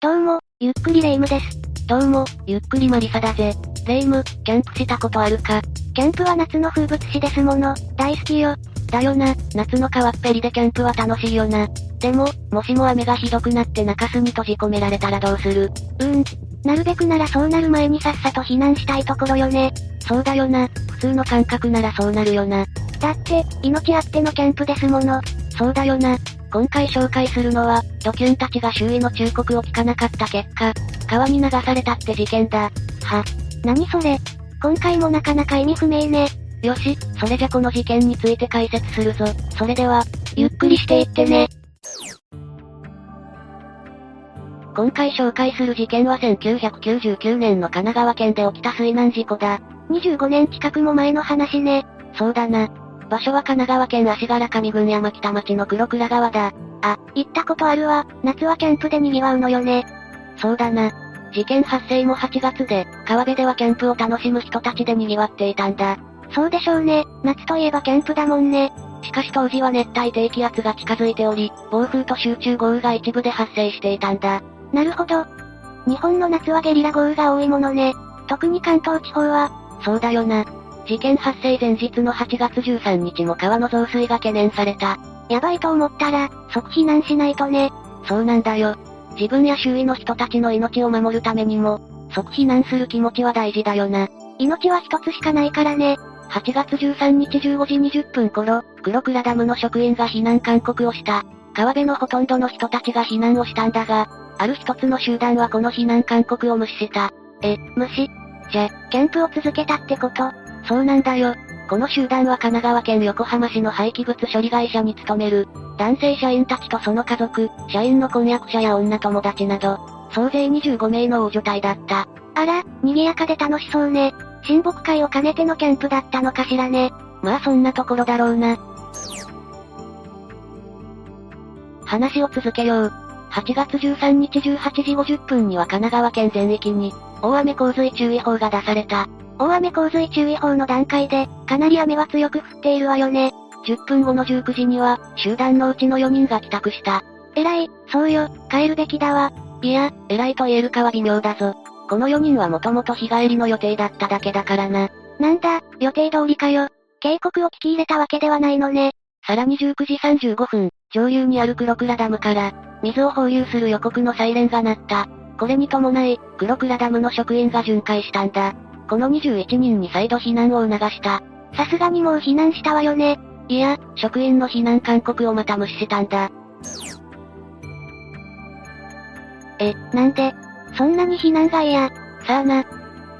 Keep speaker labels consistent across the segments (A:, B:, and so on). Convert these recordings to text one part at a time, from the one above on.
A: どうも、ゆっくりレ夢ムです。
B: どうも、ゆっくりマリサだぜ。レイム、キャンプしたことあるか
A: キャンプは夏の風物詩ですもの。大好きよ。
B: だよな、夏の川っぺりでキャンプは楽しいよな。でも、もしも雨がひどくなって中州に閉じ込められたらどうする
A: うーん。なるべくならそうなる前にさっさと避難したいところよね。
B: そうだよな、普通の感覚ならそうなるよな。
A: だって、命あってのキャンプですもの。
B: そうだよな。今回紹介するのは、ドキュンたちが周囲の忠告を聞かなかった結果、川に流されたって事件だ。は、
A: 何それ今回もなかなか意味不明ね。
B: よし、それじゃこの事件について解説するぞ。それでは、ゆっくりしていってね。今回紹介する事件は1999年の神奈川県で起きた水難事故だ。
A: 25年近くも前の話ね。
B: そうだな。場所は神奈川県足柄上郡山北町の黒倉川だ。
A: 行ったことあるわ。夏はキャンプで賑わうのよね。
B: そうだな。事件発生も8月で、川辺ではキャンプを楽しむ人たちで賑わっていたんだ。
A: そうでしょうね。夏といえばキャンプだもんね。
B: しかし当時は熱帯低気圧が近づいており、暴風と集中豪雨が一部で発生していたんだ。
A: なるほど。日本の夏はゲリラ豪雨が多いものね。特に関東地方は、
B: そうだよな。事件発生前日の8月13日も川の増水が懸念された。
A: やばいと思ったら、即避難しないとね。
B: そうなんだよ。自分や周囲の人たちの命を守るためにも、即避難する気持ちは大事だよな。
A: 命は一つしかないからね。
B: 8月13日15時20分頃、黒倉ダムの職員が避難勧告をした。川辺のほとんどの人たちが避難をしたんだが、ある一つの集団はこの避難勧告を無視した。
A: え、虫。じゃ、キャンプを続けたってこと。
B: そうなんだよ。この集団は神奈川県横浜市の廃棄物処理会社に勤める、男性社員たちとその家族、社員の婚約者や女友達など、総勢25名の大所帯だった。
A: あら、賑やかで楽しそうね。親睦会を兼ねてのキャンプだったのかしらね。
B: まあそんなところだろうな。話を続けよう。8月13日18時50分には神奈川県全域に、大雨洪水注意報が出された。
A: 大雨洪水注意報の段階で、かなり雨は強く降っているわよね。
B: 10分後の19時には、集団のうちの4人が帰宅した。
A: えらい、そうよ、帰るべきだわ。
B: いや、偉いと言えるかは微妙だぞ。この4人はもともと日帰りの予定だっただけだからな。
A: なんだ、予定通りかよ。警告を聞き入れたわけではないのね。
B: さらに19時35分、上流にある黒倉ダムから、水を放流する予告のサイレンが鳴った。これに伴い、黒倉ダムの職員が巡回したんだ。この21人に再度避難を促した。
A: さすがにもう避難したわよね。
B: いや、職員の避難勧告をまた無視したんだ。
A: なんで、そんなに避難が嫌。
B: さあな。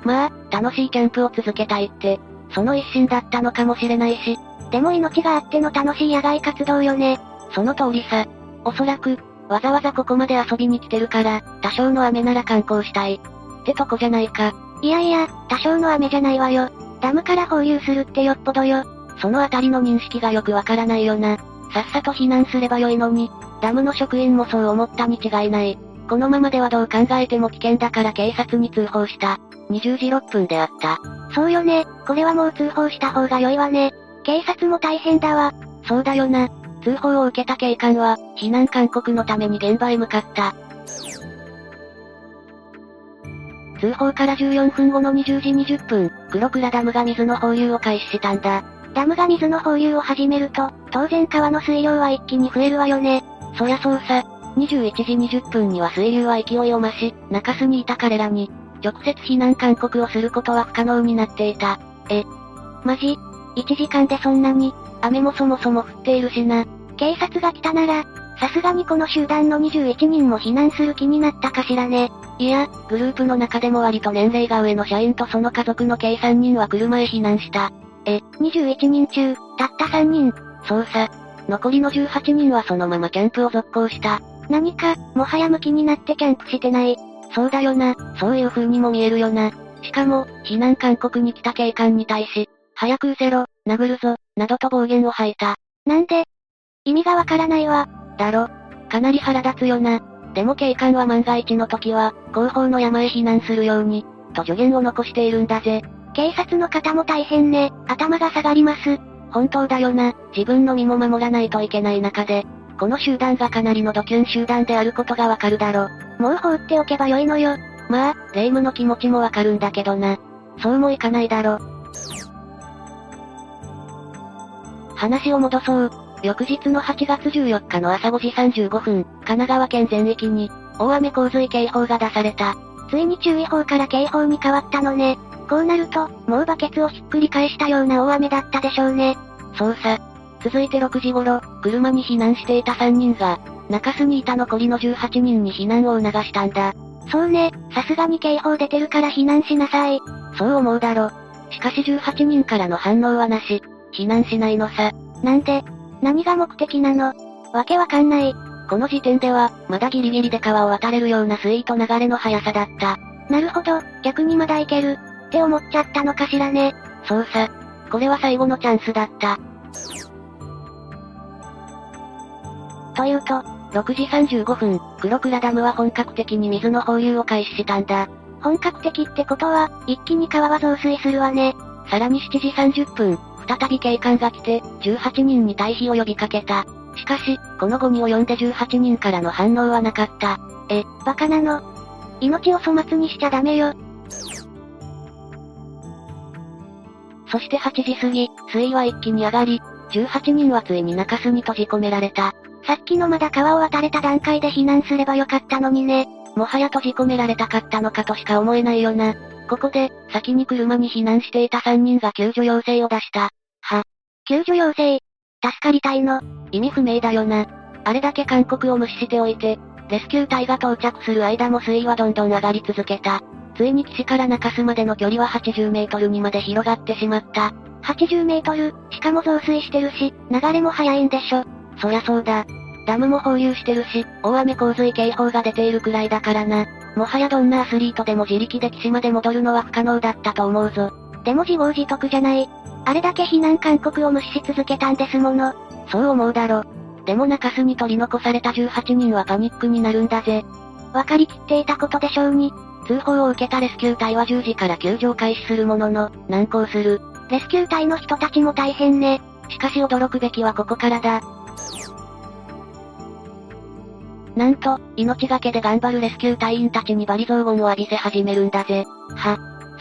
B: まあ、楽しいキャンプを続けたいって、その一心だったのかもしれないし、
A: でも命があっての楽しい野外活動よね。
B: その通りさ。おそらく、わざわざここまで遊びに来てるから、多少の雨なら観光したい。ってとこじゃないか。
A: いやいや、多少の雨じゃないわよ。ダムから放流するってよっぽどよ。
B: そのあたりの認識がよくわからないよな。さっさと避難すればよいのに、ダムの職員もそう思ったに違いない。このままではどう考えても危険だから警察に通報した。20時6分であった。
A: そうよね、これはもう通報した方が良いわね。警察も大変だわ。
B: そうだよな。通報を受けた警官は、避難勧告のために現場へ向かった。通報から14分後の20時20分、黒倉ダムが水の放流を開始したんだ。
A: ダムが水の放流を始めると、当然川の水量は一気に増えるわよね。
B: そりゃそうさ。21時20分には水流は勢いを増し、中州にいた彼らに、直接避難勧告をすることは不可能になっていた。
A: マジ ?1 時間でそんなに、
B: 雨もそもそも降っているしな。
A: 警察が来たなら、さすがにこの集団の21人も避難する気になったかしらね。
B: いや、グループの中でも割と年齢が上の社員とその家族の計3人は車へ避難した。
A: え、21人中、たった3人。
B: そうさ。残りの18人はそのままキャンプを続行した。
A: 何か、もはや向きになってキャンプしてない。
B: そうだよな、そういう風にも見えるよな。しかも、避難勧告に来た警官に対し、早く失せろ、殴るぞ、などと暴言を吐いた。
A: なんで意味がわからないわ。
B: だろ。かなり腹立つよな。でも警官は万が一の時は、後方の山へ避難するように、と助言を残しているんだぜ。
A: 警察の方も大変ね。頭が下がります。
B: 本当だよな、自分の身も守らないといけない中で、この集団がかなりのドキュン集団であることがわかるだろ。
A: もう放っておけばよいのよ。
B: まあ、霊夢の気持ちもわかるんだけどな。そうもいかないだろ。話を戻そう。翌日の8月14日の朝5時35分、神奈川県全域に、大雨洪水警報が出された。
A: ついに注意報から警報に変わったのね。こうなると、もうバケツをひっくり返したような大雨だったでしょうね。
B: そうさ。続いて6時頃、車に避難していた3人が、中洲にいた残りの18人に避難を促したんだ。
A: そうね、さすがに警報出てるから避難しなさい。
B: そう思うだろ。しかし18人からの反応はなし。避難しないのさ。
A: なんで何が目的なのわけわかんない。
B: この時点では、まだギリギリで川を渡れるような水位と流れの速さだった。
A: なるほど、逆にまだいける。って思っちゃったのかしらね。
B: そうさ。これは最後のチャンスだった。
A: というと、
B: 6時35分、黒倉ダムは本格的に水の放流を開始したんだ。
A: 本格的ってことは、一気に川は増水するわね。
B: さらに7時30分、再び警官が来て、18人に退避を呼びかけた。しかし、この後に及んで18人からの反応はなかった。
A: え、バカなの。命を粗末にしちゃダメよ。
B: そして8時過ぎ、水位は一気に上がり、18人はついに中州に閉じ込められた。
A: さっきのまだ川を渡れた段階で避難すればよかったのにね。
B: もはや閉じ込められたかったのかとしか思えないよな。ここで、先に車に避難していた3人が救助要請を出した。
A: 救助要請。助かりたいの。
B: 意味不明だよな。あれだけ勧告を無視しておいて、レスキュー隊が到着する間も水位はどんどん上がり続けた。ついに岸から中州までの距離は80メートルにまで広がってしまった。
A: 80メートル、しかも増水してるし、流れも速いんでしょ。
B: そりゃそうだ。ダムも放流してるし、大雨洪水警報が出ているくらいだからな。もはやどんなアスリートでも自力で岸まで戻るのは不可能だったと思うぞ。
A: でも自業自得じゃない。あれだけ避難勧告を無視し続けたんですもの。
B: そう思うだろ。でも中州に取り残された18人はパニックになるんだぜ。
A: わかりきっていたことでしょうに。
B: 通報を受けたレスキュー隊は10時から救助を開始するものの、難航する。
A: レスキュー隊の人たちも大変ね。
B: しかし驚くべきはここからだ。なんと、命がけで頑張るレスキュー隊員たちにバリ雑言を浴びせ始めるんだぜ。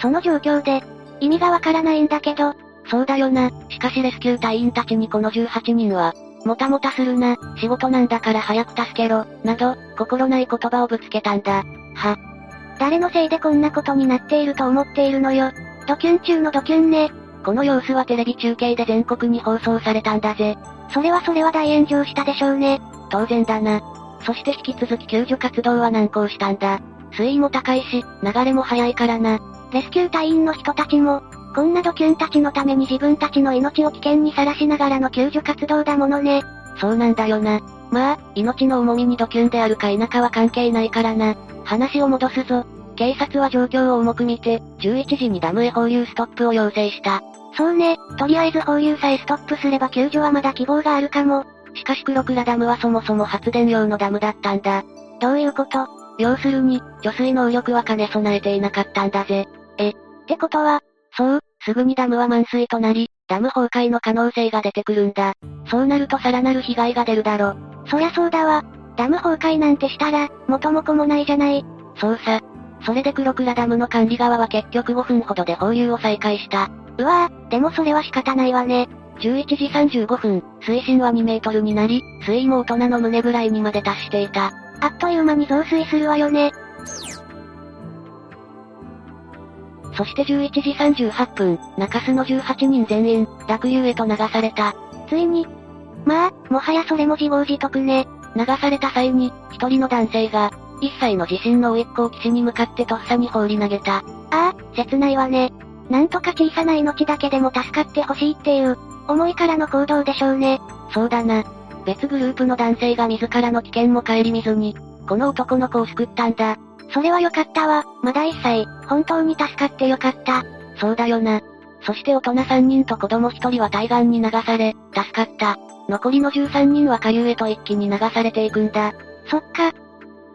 A: その状況で、意味がわからないんだけど、
B: そうだよな。しかしレスキュー隊員たちにこの18人は、もたもたするな、仕事なんだから早く助けろ、など、心ない言葉をぶつけたんだ。
A: 誰のせいでこんなことになっていると思っているのよ。ドキュン中のドキュンね。
B: この様子はテレビ中継で全国に放送されたんだぜ。
A: それはそれは大炎上したでしょうね。
B: 当然だな。そして引き続き救助活動は難航したんだ。水位も高いし、流れも速いからな。
A: レスキュー隊員の人たちも、こんなドキュンたちのために自分たちの命を危険にさらしながらの救助活動だものね。
B: そうなんだよな。まあ、命の重みにドキュンであるか否かは関係ないからな。話を戻すぞ。警察は状況を重く見て、11時にダムへ放流ストップを要請した。
A: そうね、とりあえず放流さえストップすれば救助はまだ希望があるかも。
B: しかし黒倉ダムはそもそも発電用のダムだったんだ。
A: どういうことっ
B: 要するに、貯水能力は兼ね備えていなかったんだぜ。
A: てことは、
B: そう、すぐにダムは満水となり、ダム崩壊の可能性が出てくるんだ。そうなるとさらなる被害が出るだろ。
A: そりゃそうだわ。ダム崩壊なんてしたら、元も子もないじゃない。
B: そうさ。それで黒倉ダムの管理側は結局5分ほどで放流を再開した。
A: うわぁ、でもそれは仕方ないわね。
B: 11時35分、水深は2メートルになり、水位も大人の胸ぐらいにまで達していた。
A: あっという間に増水するわよね。
B: そして11時38分、中洲の18人全員、濁流へと流された。
A: ついに。まあ、もはやそれも自業自得ね。
B: 流された際に、一人の男性が、一歳の地震の甥っ子を岸に向かってとっさに放り投げた。
A: ああ、切ないわね。なんとか小さな命だけでも助かってほしいっていう、思いからの行動でしょうね。
B: そうだな。別グループの男性が自らの危険も顧みずに、この男の子を救ったんだ。
A: それはよかったわ。まだ1歳、本当に助かってよかった。
B: そうだよな。そして大人3人と子供1人は対岸に流され、助かった。残りの13人は下流へと一気に流されていくんだ。
A: そっか。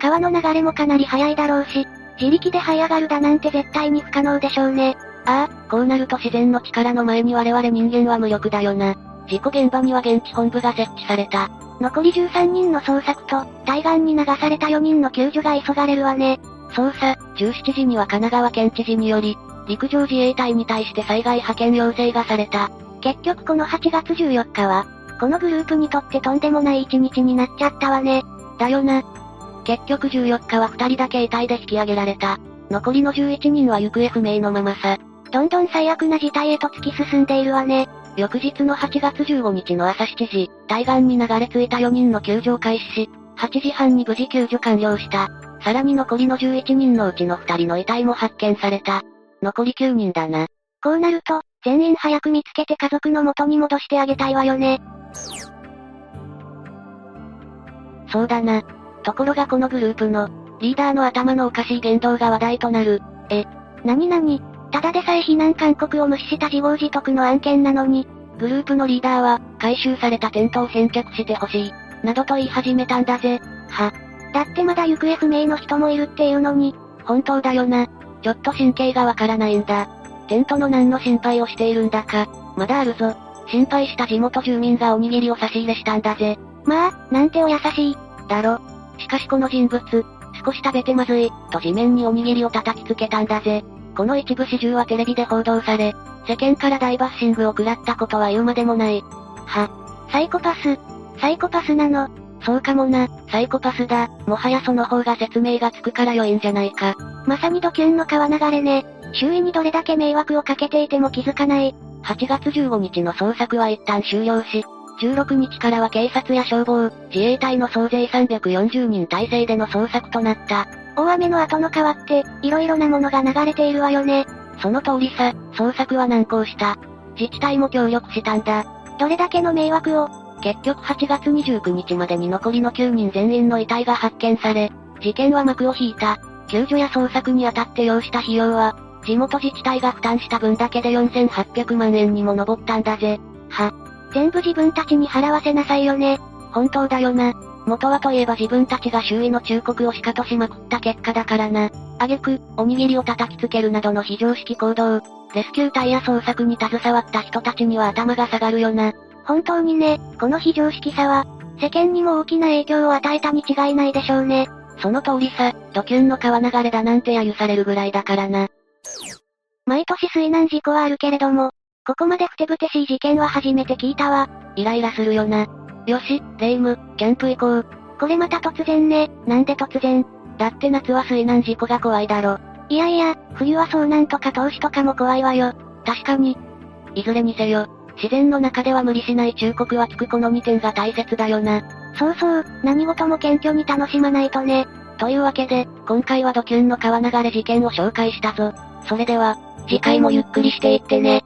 A: 川の流れもかなり速いだろうし、自力で這い上がるだなんて絶対に不可能でしょうね。
B: ああ、こうなると自然の力の前に我々人間は無力だよな。事故現場には現地本部が設置された。
A: 残り13人の捜索と、対岸に流された4人の救助が急がれるわね。
B: 捜査、17時には神奈川県知事により、陸上自衛隊に対して災害派遣要請がされた。
A: 結局この8月14日は、このグループにとってとんでもない一日になっちゃったわね。
B: だよな。結局14日は2人だけ遺体で引き上げられた。残りの11人は行方不明のままさ。
A: どんどん最悪な事態へと突き進んでいるわね。
B: 翌日の8月15日の朝7時、対岸に流れ着いた4人の救助を開始し、8時半に無事救助完了した。さらに残りの11人のうちの2人の遺体も発見された。残り9人だな。
A: こうなると、全員早く見つけて家族の元に戻してあげたいわよね。
B: そうだな。ところがこのグループの、リーダーの頭のおかしい言動が話題となる。
A: え、なになに、ただでさえ避難勧告を無視した自業自得の案件なのに、
B: グループのリーダーは、回収されたテントを返却してほしい、などと言い始めたんだぜ。
A: は。だってまだ行方不明の人もいるっていうのに、
B: 本当だよな。ちょっと神経がわからないんだ。テントの何の心配をしているんだか。まだあるぞ。心配した地元住民がおにぎりを差し入れしたんだぜ。
A: まあ、なんてお優しい。
B: だろ。しかしこの人物、少し食べてまずい、と地面におにぎりを叩きつけたんだぜ。この一部始終はテレビで報道され、世間から大バッシングを食らったことは言うまでもない。
A: は、サイコパス。サイコパスなの。
B: そうかもな、サイコパスだ。もはやその方が説明がつくから良いんじゃないか。
A: まさにドキュンの川流れね。周囲にどれだけ迷惑をかけていても気づかない。
B: 8月15日の捜索は一旦終了し、16日からは警察や消防、自衛隊の総勢340人体制での捜索となった。
A: 大雨の後の川って、色々なものが流れているわよね。
B: その通りさ、捜索は難航した。自治体も協力したんだ。
A: どれだけの迷惑を。
B: 結局8月29日までに残りの9人全員の遺体が発見され、事件は幕を引いた。救助や捜索にあたって要した費用は、地元自治体が負担した分だけで4800万円にも上ったんだぜ。
A: は。全部自分たちに払わせなさいよね。
B: 本当だよな。元はといえば自分たちが周囲の忠告をしかとしまくった結果だからな。あげく、おにぎりを叩きつけるなどの非常識行動。レスキュー隊や捜索に携わった人たちには頭が下がるよな。
A: 本当にね、この非常識さは、世間にも大きな影響を与えたに違いないでしょうね。
B: その通りさ、ドキュンの川流れだなんて揶揄されるぐらいだからな。
A: 毎年水難事故はあるけれども、ここまでふてぶてしい事件は初めて聞いたわ。
B: イライラするよな。よし、レイム、キャンプ行こう。
A: これまた突然ね、なんで突然。
B: だって夏は水難事故が怖いだろ。
A: いやいや、冬は遭難とか投資とかも怖いわよ。
B: 確かに。いずれにせよ、自然の中では無理しない忠告は聞くこの2点が大切だよな。
A: そうそう、何事も謙虚に楽しまないとね。
B: というわけで、今回はドキュンの川流れ事件を紹介したぞ。それでは、次回もゆっくりしていってね。